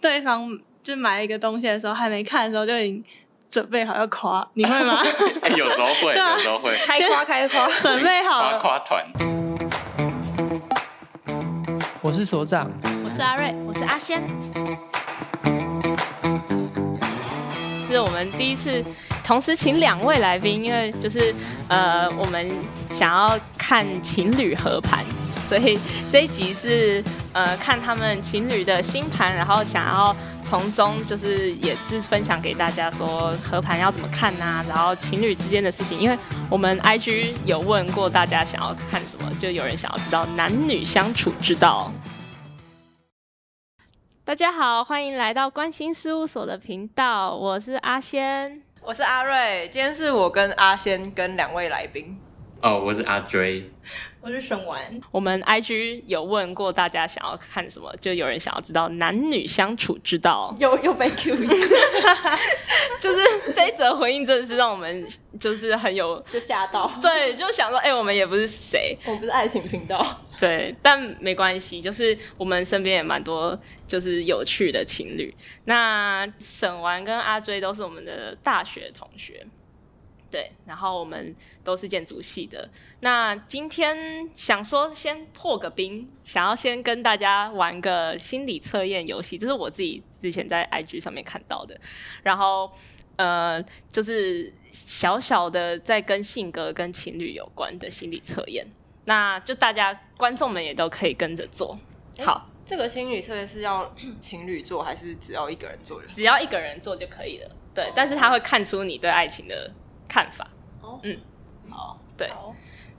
对方就买一个东西的时候，还没看的时候就已经准备好要夸，你会吗？哎， 有时候会，对啊有时候会，开夸开夸，准备好 夸了。夸团，我是所长，我是阿瑞，我是阿仙。这是我们第一次同时请两位来宾，因为就是呃，我们想要看情侣合盘，所以 这一集是呃看他们情侣的星盘，然后想要从中就是也是分享给大家说合盘要怎么看呐、然后情侣之间的事情，因为我们 IG 有问过大家想要看什么，就有人想要知道男女相处之道。大家好，欢迎来到关心事务所的频道，我是阿仙。我是阿瑞，今天是我跟阿仙跟两位来宾，哦，我是阿追，我是沈完，。我们 IG 有问过大家想要看什么，就有人想要知道男女相处之道又又被 Q 一次，就是这一则回应真的是让我们就是很有 就吓到。对，就想说，哎、我们也不是谁，我不是爱情频道，对，但没关系，就是我们身边也蛮多就是有趣的情侣。那沈完跟阿追都是我们的大学同学，对，然后我们都是建筑系的。那今天想说先破个冰，想要先跟大家玩个心理测验游戏，这是我自己之前在 IG 上面看到的，然后。呃，就是小小的在跟性格、跟情侣有关的心理测验。那就大家观众们也都可以跟着做。诶好，这个心理测验是要情侣做还是只要一个人做？只要一个人做就可以了。对，但是他会看出你对爱情的看法。哦嗯，好，对，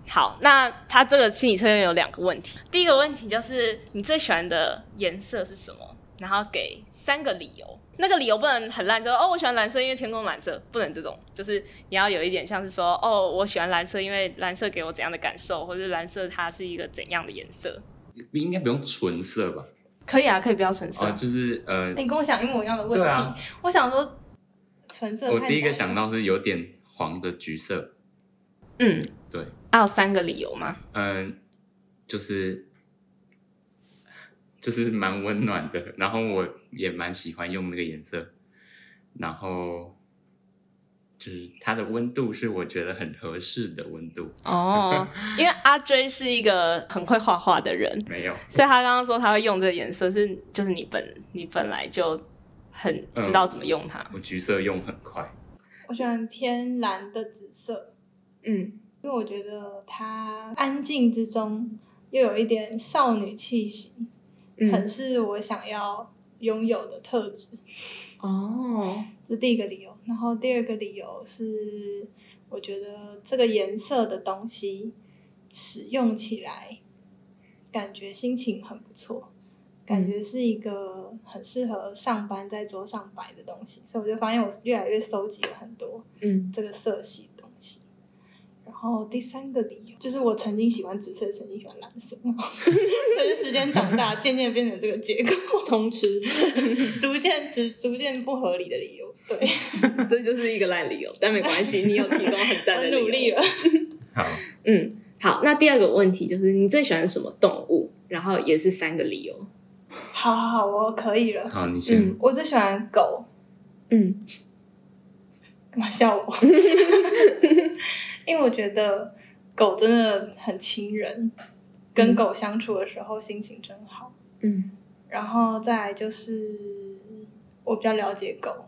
好，那他这个心理测验有两个问题，第一个问题就是你最喜欢的颜色是什么，然后给三个理由。那个理由不能很烂，就是哦，我喜欢蓝色，因为天空蓝色，不能这种，就是你要有一点像是说，哦，我喜欢蓝色，因为蓝色给我怎样的感受，或者是蓝色它是一个怎样的颜色。应该不用纯色吧？可以啊，可以不要纯色。哦，就是呃，你跟我想一模一样的问对题，啊，我想说纯色太我难了。第一个想到是有点黄的橘色，嗯，对，还有三个理由吗？嗯，就是就是蛮温暖的，然后我也蛮喜欢用那个颜色，然后就是它的温度是我觉得很合适的温度，哦，因为阿追是一个很会画画的人， 没有，所以他刚刚说他会用这个颜色是，就是你本你本来就很知道怎么用它。我橘色用很快，我喜欢偏蓝的紫色，嗯，因为我觉得它安静之中又有一点少女气息，嗯嗯很是我想要拥有的特质。哦，这是第一个理由。然后第二个理由是，我觉得这个颜色的东西使用起来，感觉心情很不错，感嗯觉是一个很适合上班在桌上摆的东西，所以我就发现我越来越收集了很多嗯，这个色系的东西。然后第三个理由就是我曾经喜欢紫色，曾经喜欢蓝色， 然后随着时间长大，渐渐变成这个结果，通吃， 逐渐逐逐渐不合理的理由。对， 这就是一个烂理由，但没关系，你有提供很赞我的理由努力了。。好，嗯，好，那第二个问题就是你最喜欢什么动物？然后也是三个理由。好好好，我可以了。好，你先。嗯我最喜欢狗，嗯干嘛笑我？因为我觉得狗真的很亲人，跟狗相处的时候心情真好。嗯，然后再来就是我比较了解狗，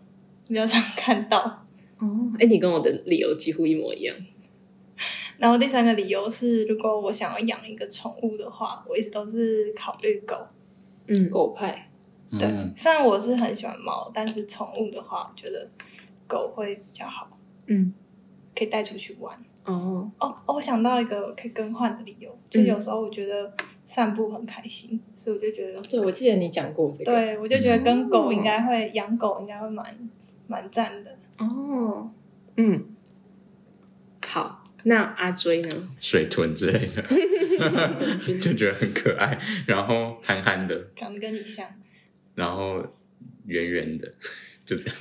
比较常看到。哦，哎，你跟我的理由几乎一模一样。然后第三个理由是，如果我想要养一个宠物的话，我一直都是考虑狗。嗯，狗派，对，嗯，虽然我是很喜欢猫，但是宠物的话，我觉得狗会比较好。嗯，可以带出去玩。哦，哦哦，我想到一个可以更换的理由，就嗯有时候我觉得散步很开心，所以我就觉得，对，我记得你讲过这个。，对我就觉得跟狗应该会养狗应该会蛮蛮赞的。哦，嗯，好，那阿追 呢？水豚之类的，就觉得很可爱，然后憨憨的，长得跟你像，然后圆圆的， 就这样。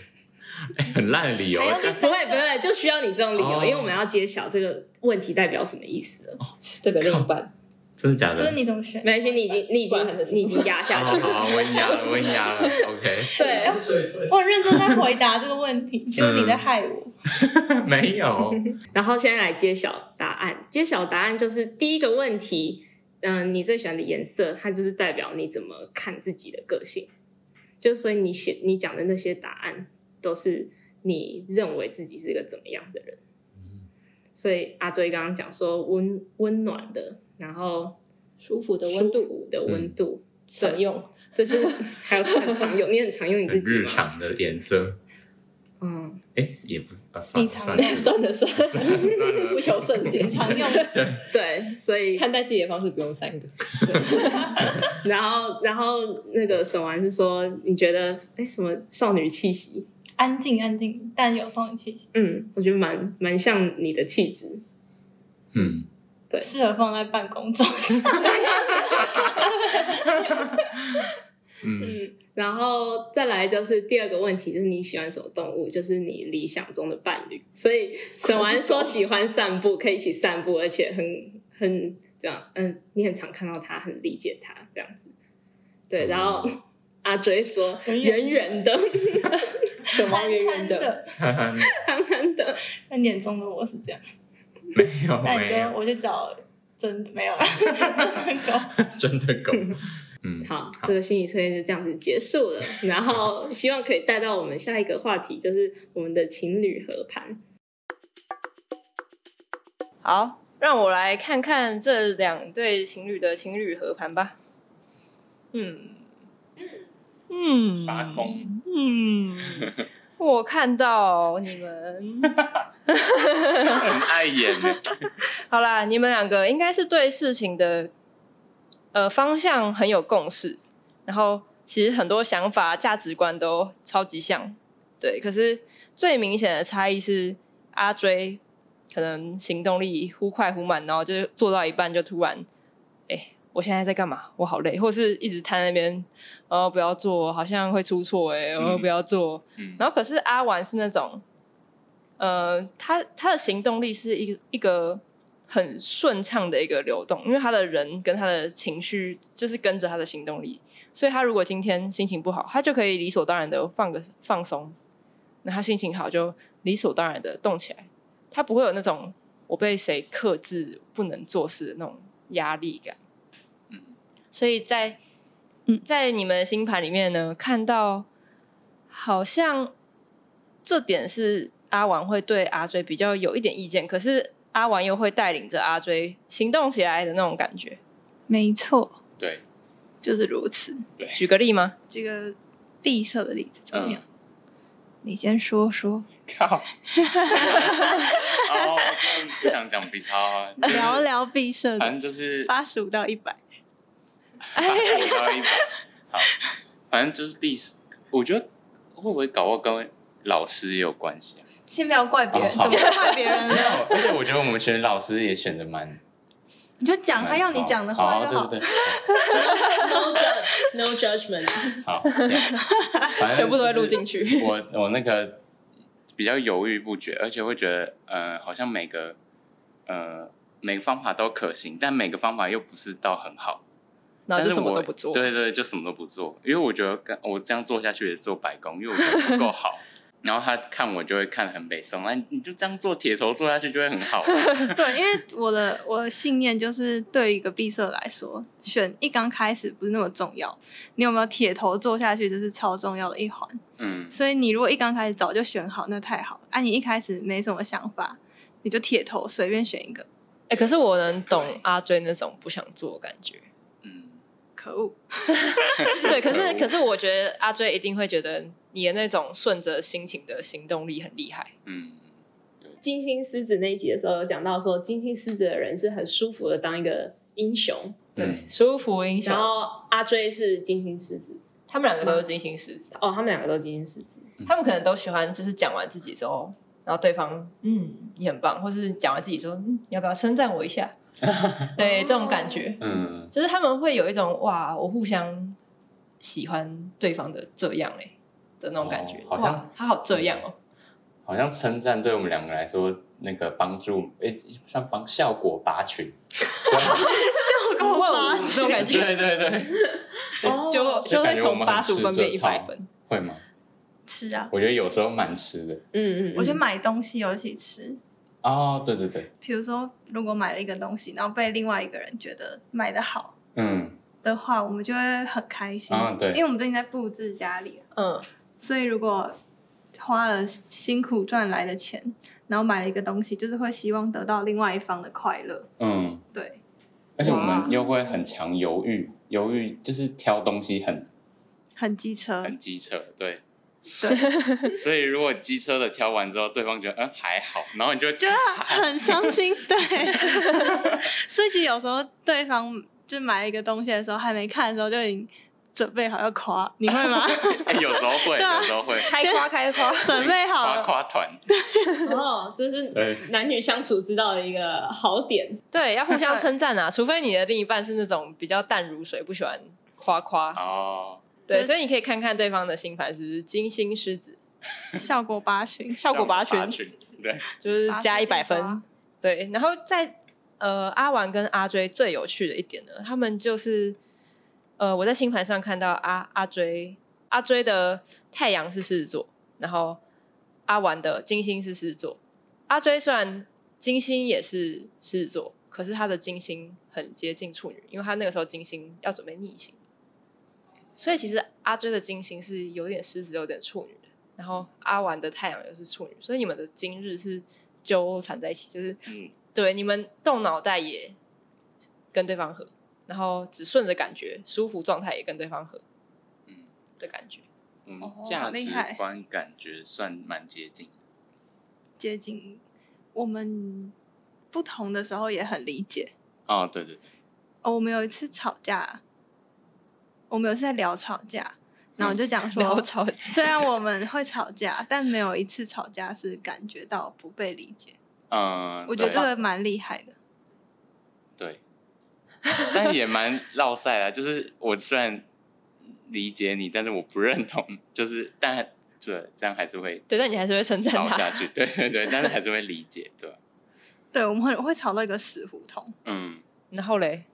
哎很烂的理由还，有第不三会不个，会，就需要你这种理由，哦因为我们要揭晓这个问题代表什么意思了。代表另一半，真的假的？就是你怎么选？没关系，你已经你已不经然你已经压下哦好去。好好，我已经压了，我已经压了。OK， 对，我很认真在回答这个问题，就是你在害我。没有，然后现在来揭晓答案。揭晓答案就是第一个问题，嗯、你最喜欢的颜色，它就是代表你怎么看自己的个性。就所以你写你讲的那些答案，都是你认为自己是一个怎么样的人。所以阿追刚刚讲说温温暖的，然后舒服的温温度度的温度，常用。这就是 还有很常用，你很常用你很自己日 吗？常的颜色。嗯，哎，也不啊，算了你算了常 算了算算了算了了，不求甚解，常用对，所以看待自己的方式不用三 个。然后，然后那个手环是说，你觉得哎什么少女气息？安静安静，但有送你去，嗯，我觉得蛮蛮像你的气质。嗯，适合放在办公桌 上。嗯，然后再来就是第二个问题，就是你喜欢什么动物？就是你理想中的伴侣。所以手环说喜欢散步，可以一起散步，而且很很这样，嗯，你很常看到他，很理解他这样子。对，然后嗯阿追说圆圆的，手毛圆圆憨憨的，的，嗯 憨憨的，但眼中的我是这样，没有那你没就有，我就找真的没有了，真的狗。真的 狗。嗯，好，这个心理测验就这样子结束了。然后希望可以带到我们下一个话题，就是我们的情侣合盘。好，让我来看看这两对情侣的情侣合盘吧。嗯嗯，发功。嗯，我看到你们，很碍嗯眼呢。好啦，你们两个应该是对事情的呃方向很有共识，然后其实很多想法、价值观都超级像，对。可是最明显的差异是阿追可能行动力忽快忽慢，然后就是做到一半就突然，哎、我现在在干嘛？我好累，或是一直瘫在那边，哦，不要做，好像会出错、哎、哦，嗯不要做。嗯，然后可是阿丸是那种，呃，他他的行动力是一个一个很顺畅的一个流动，因为他的人跟他的情绪就是跟着他的行动力，所以他如果今天心情不好，他就可以理所当然的放个放松，那他心情好就理所当然的动起来，他不会有那种我被谁克制不能做事的那种压力感。所以在嗯在你们的星盘里面呢，看到好像这点是阿丸会对阿追比较有一点意见，可是阿丸又会带领着阿追行动起来的那种感觉。没错，对，就是如此。举个例吗？这个闭塞的例子嗯 怎么样？嗯你先说说，哦靠，哦，真的不想讲比超，就 是聊聊闭塞反的正就是八十五到一百，八十到一百，好，反正就是第四，我觉得会不会搞到跟老师也有关系啊？先不要怪别人，哦好怎么会怪别人 没呢？有，而且我觉得我们选老师也选的蛮，你就讲他要你讲的话就哎好，好。对对对， No judge, no judgment。好，这样反正 全部都会就录是进去。我我那个比较犹豫不决，而且会觉得呃，好像每个呃每个方法都可行，但每个方法又不是到很好，然但后就是什么我都不做。对对，就什么都不做，因为我觉得干我这样做下去也是做白工，因为我觉得不够 好。然后他看我就会看得很北宋，那你就这样做铁头做下去就会很好。啊对，因为我的我的信念就是，对于一个闭塞来说，选一刚开始不是那么重要，你有没有铁头做下去，这是超重要的一环。 嗯，所以你如果一刚开始早就选好，那太好了。啊，你一开始没什么想法，你就铁头随便选一个，哎、可是我能懂阿追那种不想做的感觉。嗯，可恶。 对，可是可是我觉得阿追一定会觉得你的那种顺着心情的行动力很厉害。嗯，金星狮子那一集的时候有讲到说，金星狮子的人是很舒服的当一个英雄，对，舒服影然响。后阿追是金星狮子，他们两个都是金星狮子，哦，他们两个都金星狮子，嗯他们可能都喜欢就是讲完自己之后，然后对方嗯你很棒，或是讲完自己说嗯你要不要称赞我 一下？对，这种感觉嗯，就是他们会有一种哇我互相喜欢对方的这样哎、的那种感觉，哦好像哇他好这样哦、好像称赞对我们两个来说，那个帮助，诶，算帮效果拔群，就跟我发这种感 觉，对对对，哦就就会从八十五分变一百分。 会吗？吃啊，我觉得有时候蛮吃的。嗯嗯，我觉得买东西有一起吃。哦，对对对，比如说，如果买了一个东西，然后被另外一个人觉得买的好嗯，的话，我们就会很开心。啊对因为我们最近在布置家里，嗯，所以如果花了辛苦赚来的钱，然后买了一个东西，就是会希望得到另外一方的快乐。嗯，对，而且我哇们又会很常犹豫，犹豫就是挑东西很很机车，很机车，对。对，所以如果机车的挑完之后，对方觉得嗯还好，然后你就觉得很伤心。对， 所以其实有时候对方就买了一个东西的时候，还没看的时候就已经准备好要夸，你会吗？ 哎有时候会，对啊有时候会开夸开夸，准备好夸了，夸团，哦，这是对男女相处之道的一个好点。对，要互相对 称赞啊，除非你的另一半是那种比较淡如水，不喜欢夸夸。哦，对，所以你可以看看对方的星盘是不是金星狮子，效果八旬，效果拔群，群， 对，就是加拔一群百地分瓜。对，然后在呃阿丸跟阿追最有趣的一点呢，他们就是呃我在星盘上看到阿阿追阿追的太阳是狮子座，然后阿丸的金星是狮子座。阿追虽然金星也是狮子座，可是他的金星很接近处女，因为他那个时候金星要准备逆行，所以其实阿追的金星是有点狮子，有点处女的。然后阿丸的太阳又是处女，所以你们的今日是纠缠在一起，就是嗯，对你们动脑袋也跟对方合，然后只顺着感觉舒服状态也跟对方合，嗯的感觉。哦嗯，好价厉值害观感觉算蛮接近，接近我们不同的时候也很理解。哦，对对对，哦，我们有一次吵架，我们有一次在聊吵架，然后我就讲说，嗯聊吵架虽然我们会吵架，但没有一次吵架是感觉到不被理解。嗯，我觉得对这个蛮厉害的。对，但也蛮绕赛啦。就是我虽然理解你，但是我不认同，就是但对，这样还是会对，但你还是会称赞吵他。下去。对对对，但是还是会理解，对吧，对，我们会会吵到一个死胡同，嗯，然后嘞，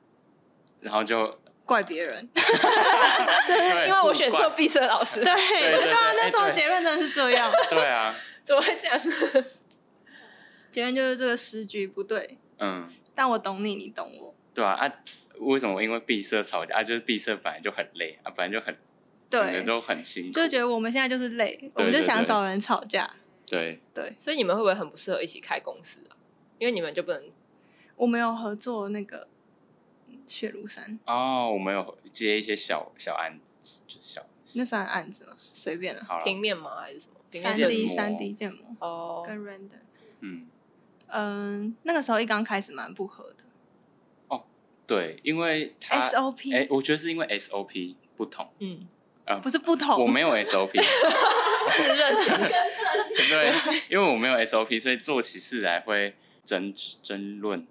然 后就怪别人。对，因为我选互错怪，闭塞老师对，，对对啊，对那时候哎对结论真的是这样，对啊，怎么会这样？ 结论就是这个时局不对，嗯，但我懂你，你懂我。对啊啊。为什么？因为闭塞吵架啊，就是闭塞本来就很累啊，本来就很，整个对，都很辛苦，就觉得我们现在就是累，我们就对对想对找人吵架。对，对，所以你们会不会很不适合一起开公司啊？因为你们就不能我们有合作那个嗯雪庐山，哦，我们有接一些小小案，就小那算案子吗？随便了。好了，平面吗？还是什么平面三设 D 计？三 D 建模哦，跟 render，嗯，嗯，那个时候一刚开始蛮不合的。对，因为他 SOP、哎、我觉得是因为 SOP 不同，嗯，不是不同，我没有 SOP，自认性对，因为我没有 SOP，所以做起事来会争执争论。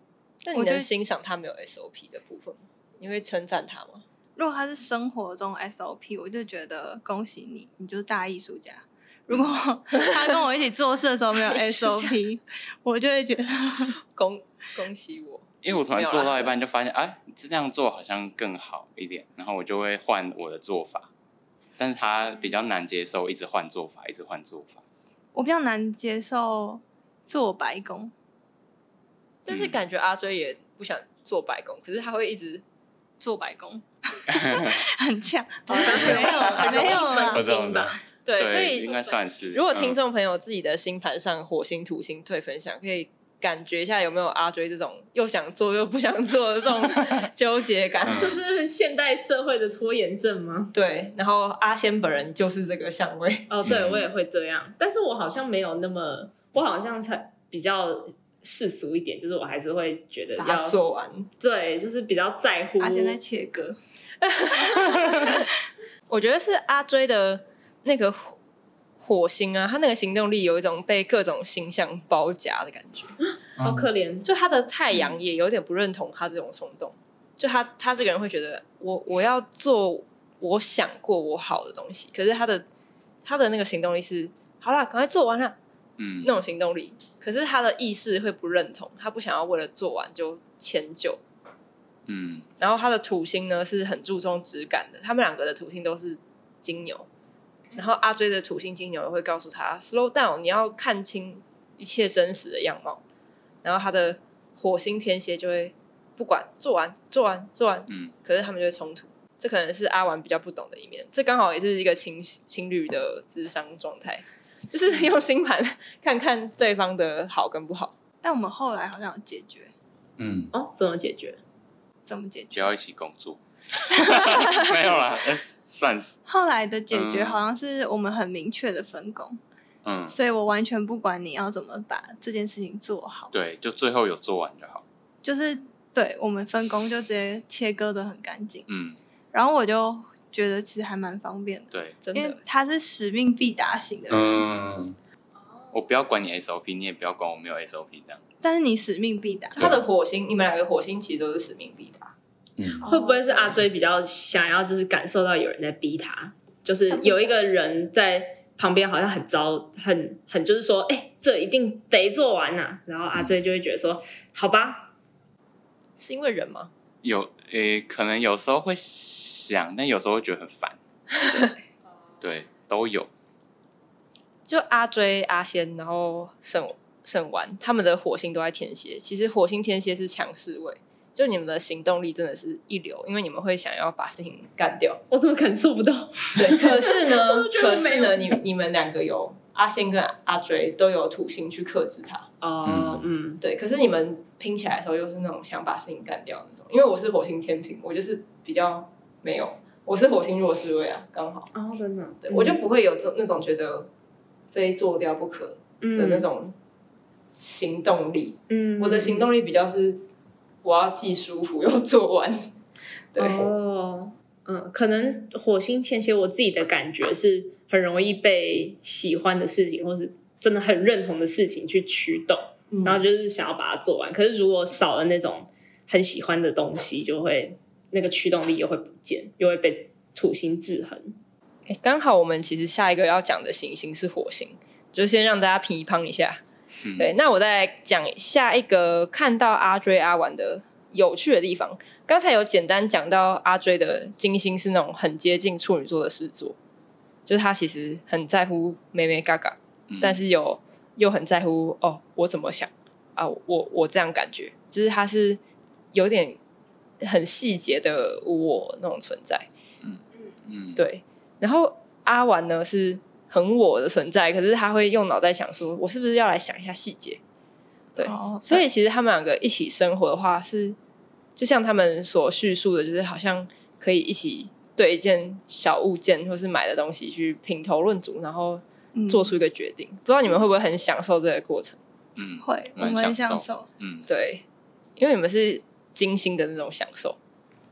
那我你觉得能欣赏他没有 SOP 的部分吗？你会称赞他吗？如果他是生活中 SOP，我就觉得恭喜你，你就是大艺术家。如果他跟我一起做事的时候没有 SOP，我 就会觉得 恭恭喜我！因为我突没然有啦做到一半就发现，哎、这样做好像更好一点，然后我就会换我的做法，但是他比较难接受，一直换做法，一直换做法。我比较难接受做白工。但嗯是感觉阿追也不想做白工，可是他会一直做白工很强，好啦 对没有啦没有啦我，知道，我知道，对，所以应该算是。如果听嗯众朋友自己的星盘上火星、土星退分享，可以感觉一下有没有阿追这种又想做又不想做的 这种纠结感。嗯就是现代社会的拖延症吗？对，然后阿仙本人就是这个相位，哦，对，我也会这样，但是我好像没有那么，我好像才比较世俗一点，就是我还是会觉得把它要做完。对，就是比较在乎。他啊现在切割，我觉得是阿追的那个火火星啊，他那个行动力有一种被各种星象包夹的感觉。嗯好可怜，就他的太阳也有点不认同他这种冲动，就他他这个人会觉得我我要做我想过我好的东西，可是他的他的那个行动力是好啦，赶快做完啦嗯那种行动力，可是他的意识会不认同，他不想要为了做完就迁就，嗯，然后它的土星呢是很注重质感的，他们两个的土星都是金牛，然后阿追的土星金牛也会告诉他 slow down，你要看清一切真实的样貌，然后他的火星天蝎就会不管做完做完做完，嗯，可是他们就会冲突，这可能是阿玩比较不懂的一面，这刚好也是一个情情侣的智商状态，就是用星盘 看看对方的好跟不好，但我们后来好像有解决，嗯，哦，怎么解决？怎么解不决？要一起工 作，没有啦，呃算是，后来的解决嗯好像是我们很明确的分工，嗯，所以我完全不管你要怎么把这件事情做好，对，就最后有做完就好，就是对我们分工就直接切割的很干净。嗯，然后我就觉得其实还蛮方便的，对，真因的为。他是使命必达型的人，嗯，我不要管你 SOP，你也不要管我没有 SOP 这样，但是你使命必达，他的火星，你们两个火星其实都是使命必达。嗯会不会是阿追比较想要，就是感受到有人在逼他，就是有一个人在旁边，好像很招，很很就是说，哎、这一定得做完呐、然后阿追就会觉得说，好吧，是因为人吗？有诶、可能有时候会想，但有时候会觉得很烦，对，都有，就阿追、阿仙，然后沈沈完，他们的火星都在天蝎。其实火星天蝎是强势位，就你们的行动力真的是一流，因为你们会想要把事情干掉。我怎么感受不到？对，可是呢 我觉，得可是呢，你你们两个有阿仙跟阿追都有土星去克制他。哦，嗯，对，可是你们拼起来的时候，又是那种想把事情干掉的那种。因为我是火星天平，我就是比较没有，我是火星弱势位啊，刚好。哦，真的，对，我就不会有这那种觉得非做掉不可的的那，种行动力。嗯，我的行动力比较是我要既舒服 又做完。对，哦，嗯，可能火星天蝎，我自己的感觉是很容易被喜欢的事情，或是真的很认同的事情去驱动，嗯然后就是想要把它做完。可是如果少了那种很喜欢的东西，就会那个驱动力又会不见，又会被土星制衡。诶刚好我们其实下一个要讲的行星是火星，就先让大家批判一下。嗯对，那我再讲下一个看到阿追阿玩的有趣的地方。刚才有简单讲到阿追的金星是那种很接近处女座的狮子座，就是他其实很在乎妹妹嘎嘎，嗯但是有又很在乎哦，我怎么想啊？我我这样感觉，就是他是有点很细节的我那种存在。嗯，对，然后阿丸呢是很我的存在，可是他会用脑袋想说，我是不是要来想一下细节？对，哦所以其实他们两个一起生活的话是，就像他们所叙述的，就是好像可以一起对一件小物件或是买的东西去品头论足，然后嗯做出一个决定。不知道你们会不会很享受这个过程？嗯，会，我蛮们很享享受受，嗯，对，因为你们是精心的那种享受。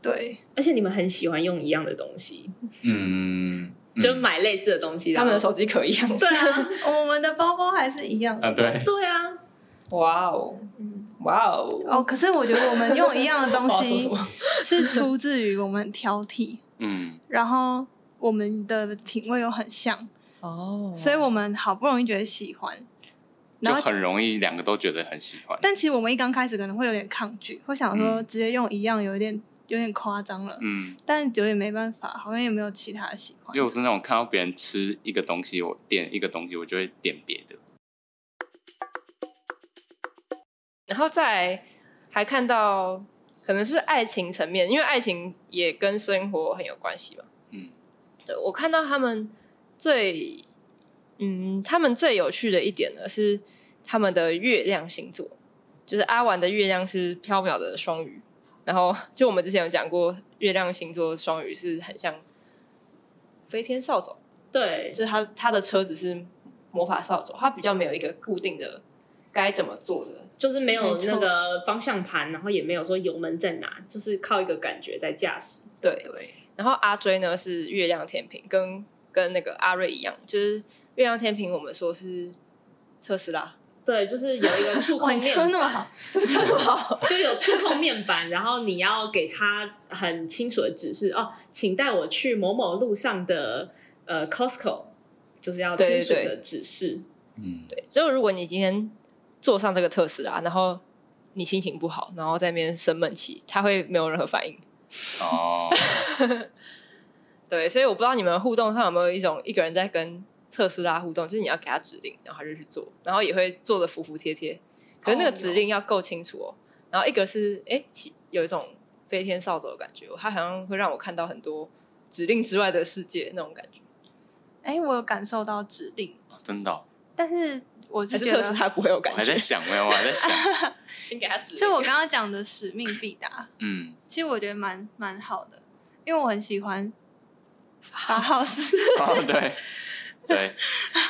对，而且你们很喜欢用一样的东西，嗯，嗯就买类似的东西。他们的然后手机壳一样。对啊，我们的包包还是一样的呃啊，对，对啊，哇哦，哇哦，哦。可是我觉得我们用一样的东 不知道说什西么 是出自于我们很挑剔，嗯，然后我们的品味又很像，哦，所以我们好不容易觉得喜欢，就然后很容易两个都觉得很喜欢，但其实我们一刚开始可能会有点抗拒，会想说嗯直接用一样有一点有点夸张了，嗯，但有点没办法，好像也没有其他喜欢因为。我是那种看到别人吃一个东西，我点一个东西，我就会点别的，然后再来还看到可能是爱情层面，因为爱情也跟生活很有关系嘛。嗯对我看到他们最嗯，他们最有趣的一点呢是他们的月亮星座，就是阿丸的月亮是缥缈的双鱼，然后就我们之前有讲过，月亮星座双鱼是很像飞天扫帚。对，就是他他的车子是魔法扫帚，他比较没有一个固定的该怎么做的。就是没有没错那个方向盘，然后也没有说油门在哪，就是靠一个感觉在驾驶。对，对，然后阿追呢是月亮天平，跟跟那个阿瑞一样，就是月亮天平，我们说是特斯拉，对，就是有一个触哇，控你面车板，哦那么好，怎么这么 好？ 就有触控面板，然后你要给他很清楚的指示哦，请带我去某某路上的呃 Costco，就是要清楚对对的指示。嗯，对，就如果你今天坐上这个特斯拉，然后你心情不好，然后在那边生闷气，他会没有任何反应。哦，对，所以我不知道你们互动上有没有一种一个人在跟特斯拉互动，就是你要给他指令，然后他就去做，然后也会做的服服帖帖。可是那个指令要够清楚哦。然后一个是哎，其有一种飞天扫帚的感觉，它好像会让我看到很多指令之外的世界那种感觉。哎、我有感受到指令，真的哦、但是我还是是觉特斯得，拉不会有感我还在觉，想，没有，我还在想，先给他指令。就我刚刚讲的使命必达，嗯，其实我觉得蛮蛮好的，因为我很喜欢发号施哦，对，对，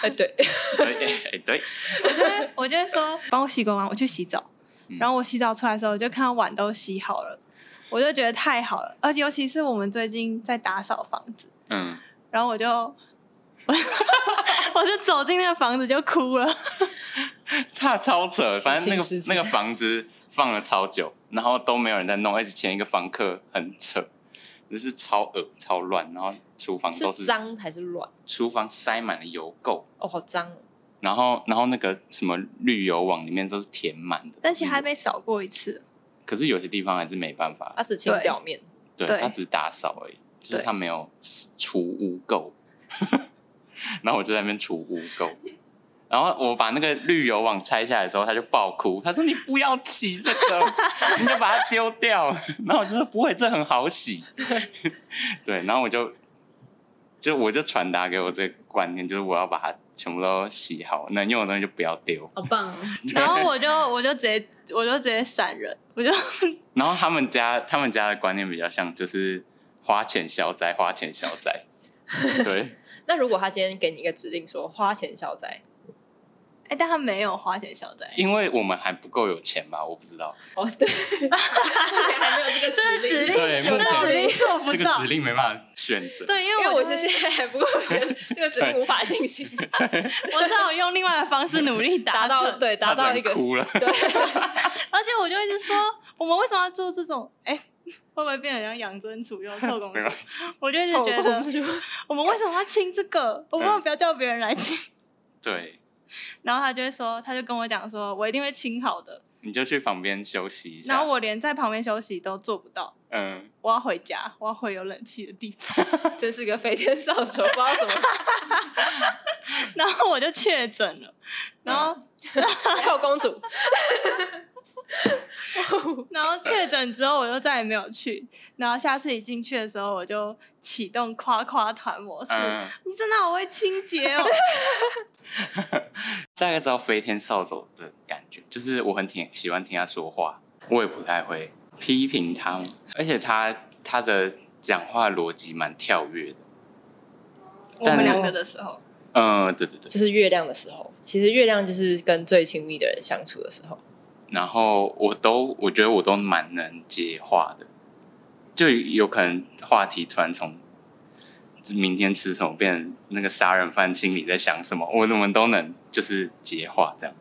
哎 对，对，哎对， 我就会说帮我洗个碗，我去洗澡嗯。然后我洗澡出来的时候，我就看到碗都洗好了，我就觉得太好了。而且尤其是我们最近在打扫房子，嗯，然后我就 我就走进那个房子就哭了。 差超扯，反正那个中心狮子那个房子放了超久，然后都没有人在弄，而且前一个房客很扯，就是超恶超乱，然后厨房都是是脏还是乱？厨房塞满了油垢，哦，好脏哦！然后然后那个什么滤油网里面都是填满的，但其实还被扫过一次，可是有些地方还是没办法，它只清对表面。对对他只是打扫而已，就是对他没有除污垢， 然后我就在那边除污垢。然后我把那个绿油网拆下来的时候，他就爆哭，他说：“你不要洗这 个，你就把它丢掉。”然后我就说：“不会，这很好洗。” 对，然后我就就我就传达给我这个观念，就是我要把它全部都洗好，能用的东西就不要丢。好棒哦！嗯然后我就我就直接我就直接闪人，我就 然后他们家他们家的观念比较像，就是花钱消灾，花钱消 灾。对，那如果他今天给你一个指令说花钱消灾，哎，但他没有花钱消灾，因为我们还不够有钱吧，我不知道。哦对， 还没有这个这个指指令令，对这目前个指令做不这个到指。令没办法选择。对，因因为为我我是是现在还 不够钱，这个指令无法进行， 我只好用另外的方式努力达达到成。对达他到只能一个 哭了。对，而且我就一直说， 我们为什么要做这种？哎、 会不会变得像养尊处 优、臭公没主关？我就一直觉得， 我们为什么要亲这 个？我们为什么不要叫别人来亲？ 对，然后他就会说，他就跟我讲说，我一定会亲好的。你就去旁边休息一下。然后我连在旁边休息都做不到，嗯，我要回家，我要回有冷气的地方。 真是个飞天扫帚，不知道怎么 然后我就确诊了，然后、臭公主。然后确诊之后，我就再也没有去。然后下次一进去的时候，我就启动夸夸团模式。嗯，你真的好会清洁 哦！大概知道飞天扫帚的感觉，就是我很挺喜欢听他说话，我也不太会批评他们，而且他他的讲话逻辑蛮跳跃的。我们但两个的时候，嗯，对对对。就是月亮的时候，其实月亮就是跟最亲密的人相处的时候。然后我都我觉得我都蛮能接话的，就有可能话题突然从明天吃什么变成那个杀人犯心里在想什么，我们都能就是接话这样。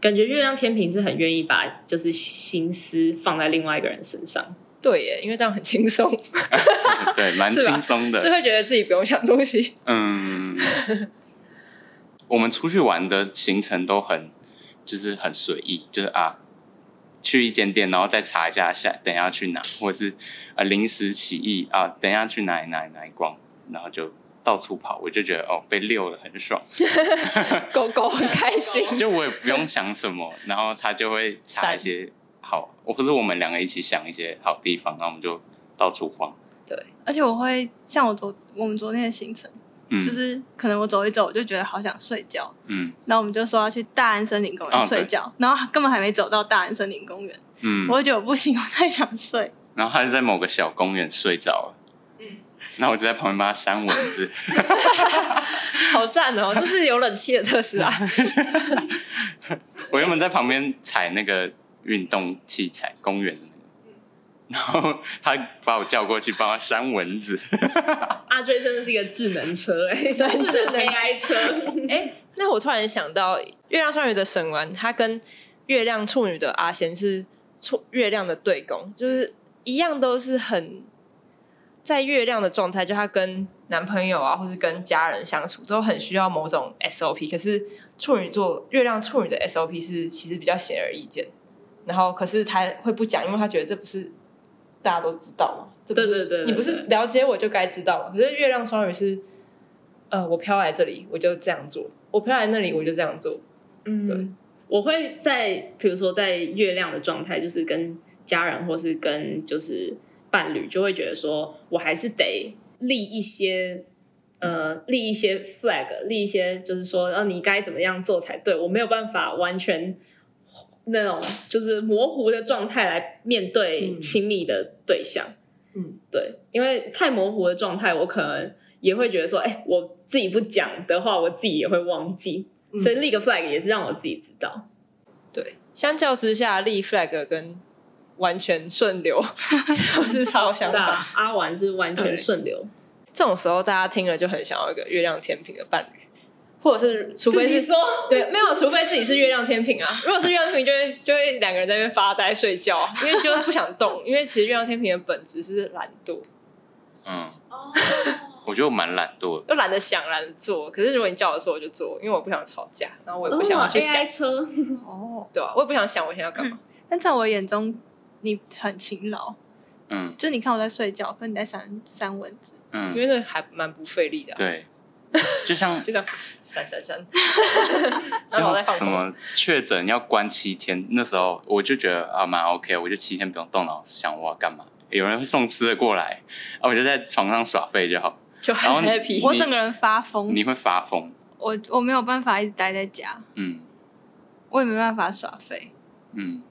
感觉月亮天平是很愿意把就是心思放在另外一个人身上，对耶，因为这样很轻松，对，蛮是吧轻松是的。会觉得自己不用想东西。 嗯，我们出去玩的行程都很就是很随意，就是啊，去一间店，然后再查一下下等一下去哪，或者是呃临时起意啊，等一下去哪里哪里哪里逛，然后就到处跑。我就觉得哦，被溜了很 爽，狗狗很开心，就我也不用想什么，然后他就会查一些好，我不是我们两个一起想一些好地方，然后我们就到处晃。而且我会像我昨我们昨天的行程，嗯，就是可能我走一走，我就觉得好想睡觉，嗯然后我们就说要去大安森林公哦园睡觉，然后根本还没走到大安森林公园，嗯，我就觉得我不行，我 太想睡。然后他就在某个小公园睡着了。嗯然后我就在旁边帮他扇蚊 子，好赞哦！这是有冷气的特斯啊拉，我原本在旁边踩那个运动器材，公园的嗯那个，然后他把我叫过去帮他扇蚊子，阿追真的是一个智能车哎、欸，对智能 AI 车，哎、那我突然想到，月亮双鱼的沈完，他跟月亮处女的阿贤是处月亮的对宫，就是一样都是很在月亮的状态，就她跟男朋友啊，或是跟家人相处，都很需要某种 SOP。可是处女座月亮处女的 SOP 是其实比较显而易见，然后可是他会不讲，因为他觉得这不是大家都知道嘛，这不是对对对对你不是了解我就该知道嘛。可是月亮双鱼是，呃，我飘来这里我就这样做，我飘来那里我就这样做，对嗯，我会在比如说在月亮的状态，就是跟家人或是跟就是伴侣，就会觉得说我还是得立一些呃嗯立一些 flag，立一些就是说，呃，你该怎么样做才对，我没有办法完全。那种就是模糊的状态来面对嗯亲密的对象，嗯，对，因为太模糊的状态，我可能也会觉得说，哎、我自己不讲的话，我自己也会忘记，嗯所以立个 flag 也是让我自己知道。对。相较之下，立 flag 跟完全顺 流就是超相对反。啊，阿丸是完全顺流，这种时候，大家听了就很想要一个月亮天平的伴侣，或者是除非自是己说对，没有，除非自己是月亮天平啊。 如果是月亮天平，就会就会两个人在那边发呆睡觉，因为就不想动。因为其实月亮天平的本质是懒惰，嗯，哦我觉得我蛮懒惰的，就懒得想，懒得做。可是如果你叫我做，我就做，因为我不想吵架，然后我也不哦想要去想， AI 车，哦，对啊吧、我也不想想我现在要干嘛。但在我眼中，你很勤劳，嗯就你看我在睡觉，可你在删删文字，因嗯，为那还蛮不费力的啊、对，就像就这样闪闪闪，然后像我再放什空。么确诊要关七天，那时候我就觉得啊蛮 OK，我就七天不用动脑想我要干嘛。有人会送吃的过来，啊，我就在床上耍废就好。就然很后 happy，我整个人发疯你，会发疯，我我没有办法一直待在家，嗯我也没办法耍废。嗯，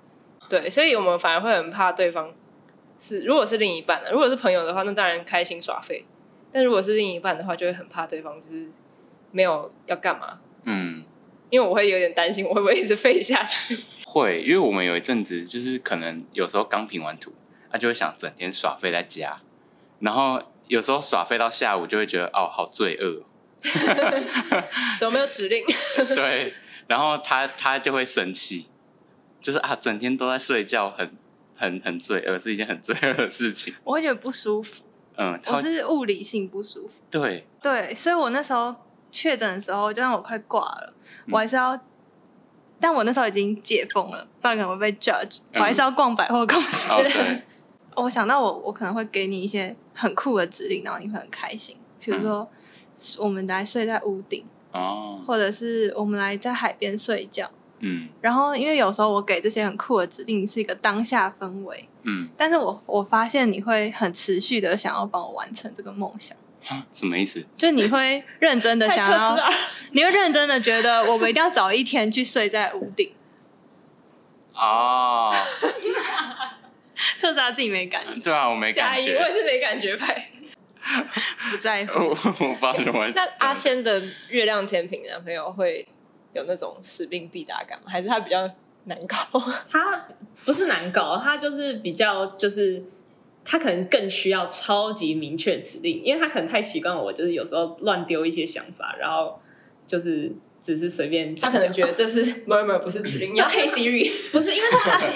对，所以我们反而会很怕对方是，如果是另一半的，如果是朋友的话，那当然开心耍废；但如果是另一半的话，就会很怕对方就是没有要干嘛，嗯，因为我会有点担心我会不会一直废下去。会，因为我们有一阵子就是可能有时候刚评完图，他、就会想整天耍废在家，然后有时候耍废到下午就会觉得哦好罪恶哦，怎么没有指令？对，然后他他就会生气，就是啊整天都在睡觉，很很很罪恶，是一件很罪恶的事情。 我会觉得不舒服，嗯，他我会是物理性不舒服。对，对，所以我那时候确诊的时候，就算我快挂了，嗯我还是要，但我那时候已经解封了，不然可能会被 judge，我嗯还是要逛百货公司。哦对， 我想到我，我可能会给你一些很酷的指令，然后你会很开心。比如说，我们来睡在屋顶，哦，或者是我们来在海边睡觉。嗯然后，因为有时候我给这些很酷的指令是一个当下氛围，嗯，但是我我发现你会很持续的想要帮我完成这个梦想，啊什么意思？就你会认真的想 太特斯要，你会认真的觉得我们一定要早一天去睡在屋 顶。哦，特斯拉自己没感应，对啊，我没加感一，我也觉，是没感觉派。不在乎。 我我不知道怎么会。那阿仙的月亮天平男朋友会有那种使命必达感吗？还是他比较难搞？他不是难搞，他就是比较就是他可能更需要超级明确的指令，因为他可能太习惯我，就是有时候乱丢一些想法，然后就是只是随便讲他讲。可能觉得这是 murmur 不是指令，你要 黑 Siri。不是，因为他自己，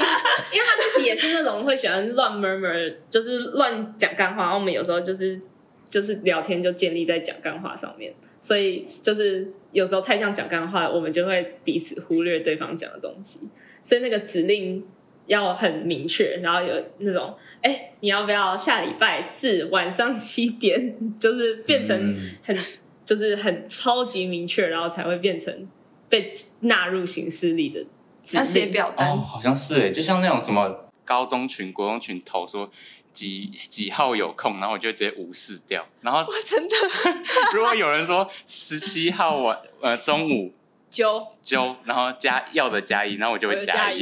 因为他自己也是那种会喜欢乱 murmur，就是乱讲干话。然后我们有时候就是就是聊天就建立在讲干话上面，所以就是有时候太像讲干话，我们就会彼此忽略对方讲的东西。所以那个指令要很明确，然后有那种哎、你要不要下礼拜四晚上七点？就是变成嗯很、 就是很超级明确，然后才会变成被纳入行事历的指要令。写表单，哦，好像是诶，就像那种什么高中群、国中群投说几几号有空，然后我就直接无视掉。然后真的 如果有人说十七号晚呃中午揪揪，然后加要的加一，然后我就会加一。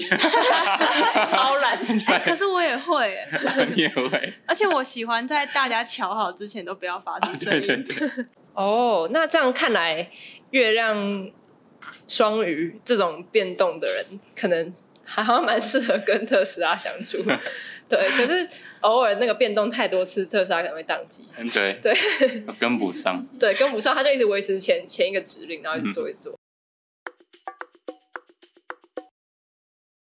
超懒，哎、可是我也会耶， 你也会？而且我喜欢在大家瞧好之前都不要发出声对音。对对，哦，那这样看来，月亮双鱼这种变动的人，可能还好像蛮适合跟特斯拉相 处。对，可是偶尔那个变动太多次，特斯拉可能会宕机。嗯对对跟不上。对，跟不上，他就一直维持前前一个指令，然后一直做一直做。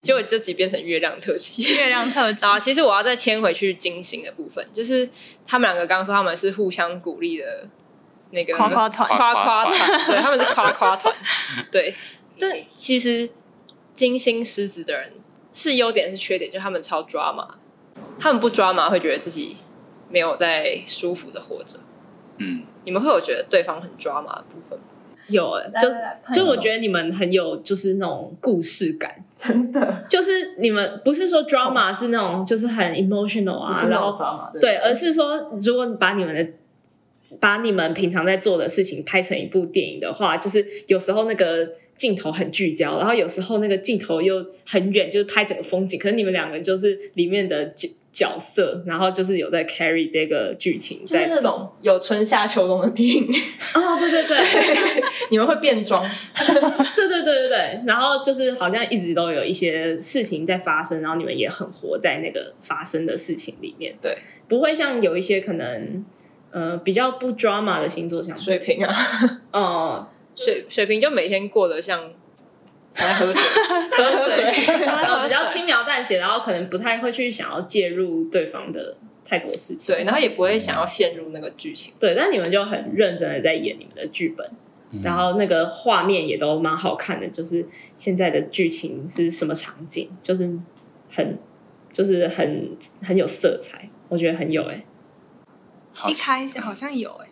结果这集变成月亮特辑， 月亮特 辑，啊，其实我要再牵回去金星的部分，就是他们两个刚刚说他们是互相鼓励的那个夸夸团夸夸夸夸团，对，他们是夸夸团，对。但其实金星狮子的人是优点是缺点，就是他们超抓马，他们不抓马会觉得自己没有在舒服的活着。嗯，你们会有觉得对方很抓马的部分吗？有、欸，来就是来就我觉得你们很有就是那种故事感，真的就是你们不是说 drama 是那种就是很 emotional 不啊，是那然种后抓马，对，而是说如果你把你们的把你们平常在做的事情拍成一部电影的话，就是有时候那个镜头很聚焦，然后有时候那个镜头又很远，就是拍整个风景。可是你们两个人就是里面的角角色，然后就是有在 carry 这个剧情就是在那走。种有春夏秋冬的电影， 哦，对对对。你们会变装， 对对对对对，然后就是好像一直都有一些事情在发生，然后你们也很活在那个发生的事情里面，对，不会像有一些可能呃比较不 drama 的星座像，水瓶啊，哦、水水瓶就每天过得像还在喝水，喝水，然然后后比比较较轻描淡写，然后可能不太会去想要介入对方的太多事情，对，然后也不会想要陷入那个剧情。对，但你们就很认真的在演你们的剧本，嗯然后那个画面也都蛮好看的，就是现在的剧情是什么场景，就是很就是很很有色彩，我觉得很有哎、好一开始好像有哎、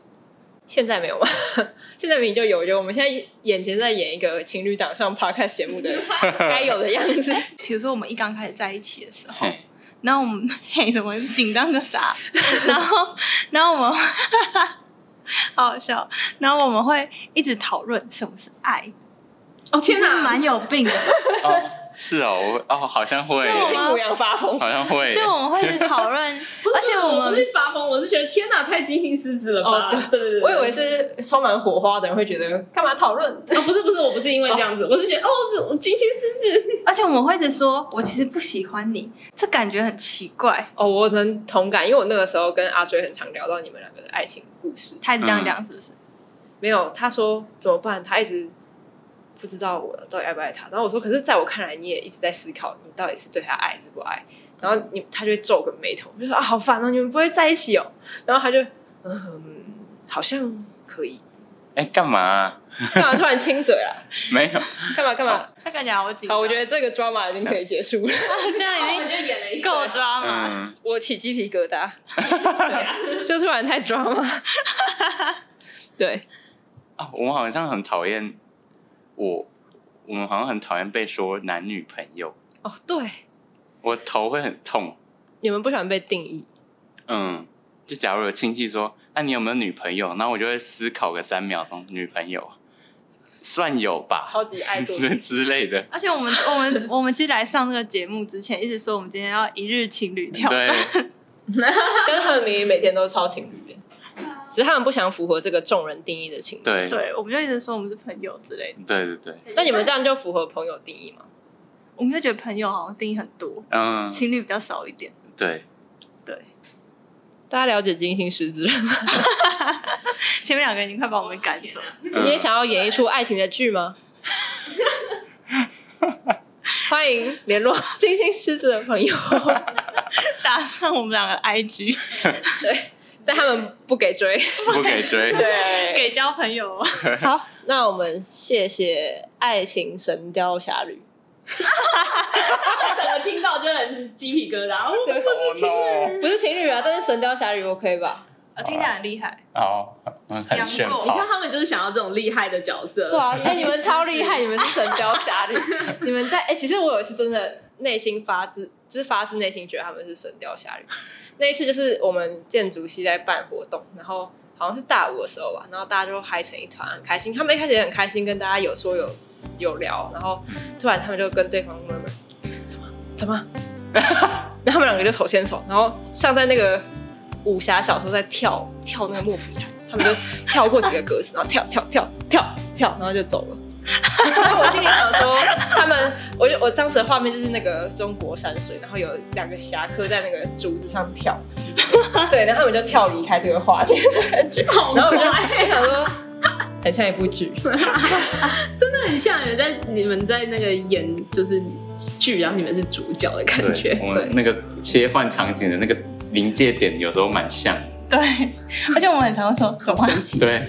现在没有吧？ 现在明明就有，就我们现在眼前在演一个情侣档上 podcast 节目的 该有的样 子。比如说我们一刚开始在一起的时候，嘿然后我们 嘿怎么紧张个啥？ 然后然后我们 好好笑，然后我们会一直讨论什么是爱，哦其实蛮有病 的。哦，是哦，我哦好像会，信母羊发疯，好像会，就我们会一直讨论，而且我不们是发疯，我是觉得天哪，太精心狮子了吧？吧对对对， 我以为是充满火花的人会觉得干嘛讨论？哦，不是不是，我不是因为这样子，我是觉得哦，我精心狮子，而且我们会一直说，我其实不喜欢你，这感觉很奇怪。哦，我能同感，因为我那个时候跟阿追很常聊到你们两个的爱情故事。他一直这样讲是不是？没有，他说怎么办？他一直不知道我到底爱不爱他。然后我说，可是在我看来，你也一直在思考，你到底是对他爱还是不爱。然后你他就会皱个眉头，我就说啊，好烦哦，你们不会在一起哦。然后他就嗯，好像可以。哎干嘛啊？干嘛突然亲嘴啦？没有，干嘛干嘛？他感觉好紧好，张。我 觉得这个 drama 已经可以结束了，这样已经就演了一够抓嘛。嗯，我起鸡皮疙瘩， 就突然太 drama。对，啊，我们好像很讨厌我，我们好像很讨厌被说男女朋友，哦对，我头会很痛。你们不喜欢被定义，嗯，就假如有亲戚说，那、你有没有女朋友？然后我就会思考个三秒钟，女朋友算有吧，超级爱做自之己。之类的。而且我们我们我们其实来上这个节目之前，一直说我们今天要一日情侣挑对战，， 但是他们明明每天都超情侣耶，只是他们不想符合这个众人定义的情侣。对，对，我们就一直说我们是朋友之类的，对对对，那你们这样就符合朋友定义吗？我们就觉得朋友好像定义很多，嗯，情侣比较少一点。对，大家了解金星狮子了吗？前面两个人已经快把我们赶走，嗯 你也想要演一出爱情的剧 吗？欢迎联络金星狮子的朋友， 打上我们两个 IG 但他们不给追。不给追，对，给交朋友哦。好，那我们谢谢《爱情神雕侠侣》。整个听到就很鸡皮疙瘩，我不 Oh 是情侣。不是情侣啊，但是《神雕侠侣》OK 吧？啊听起来很厉害，好，嗯很杨炫过你看炮，他们就是想要这种厉害的角色，对啊，哎、你们超厉害，你们是神雕侠侣，你们在哎、其实我有一次真的内心发自，就是发自内心觉得他们是神雕侠侣。那一次就是我们建筑系在办活动，然后好像是大五的时候吧，然后大家就嗨成一团，很开心。他们一开始也很开心，跟大家有说有有聊，然后突然他们就跟对方 murmur 怎么怎 么，然后他们两个就手牵手，然后像在那个武侠小说在跳跳那个莫比台，他们就跳过几个格子，然后跳跳跳跳跳，然后就走了。 然后我心里想说，他们，我就我当时的画面就是那个中国山水，然后有两个侠客在那个竹子上跳， 对，然后我就跳离开这个画面的感觉，然后我就我想说，很像一部剧，真的很像你们在你们在那个演就是剧，然后你们是主角的感对，觉。我们那个切换场景的那个临界点有时候蛮像，对， 而且我们很常会说怎么办对，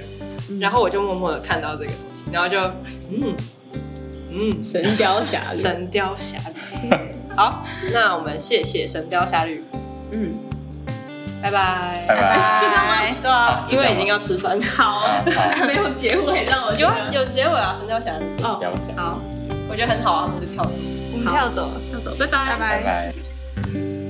然后我就默默的看到这个东西，然后就嗯，嗯，《神雕侠侣》神雕侠 侣》好，那我们谢谢《神雕侠侣》，嗯，拜拜，拜拜。就这样吗？对啊，因为就这样吗已经要吃饭。好好好，没有结尾让我觉有得啊，有结尾啊，《神雕侠侣》哦，聊起来，好，我觉得很好啊，他们就跳走。我们跳走了，那走，拜拜，拜拜拜。拜。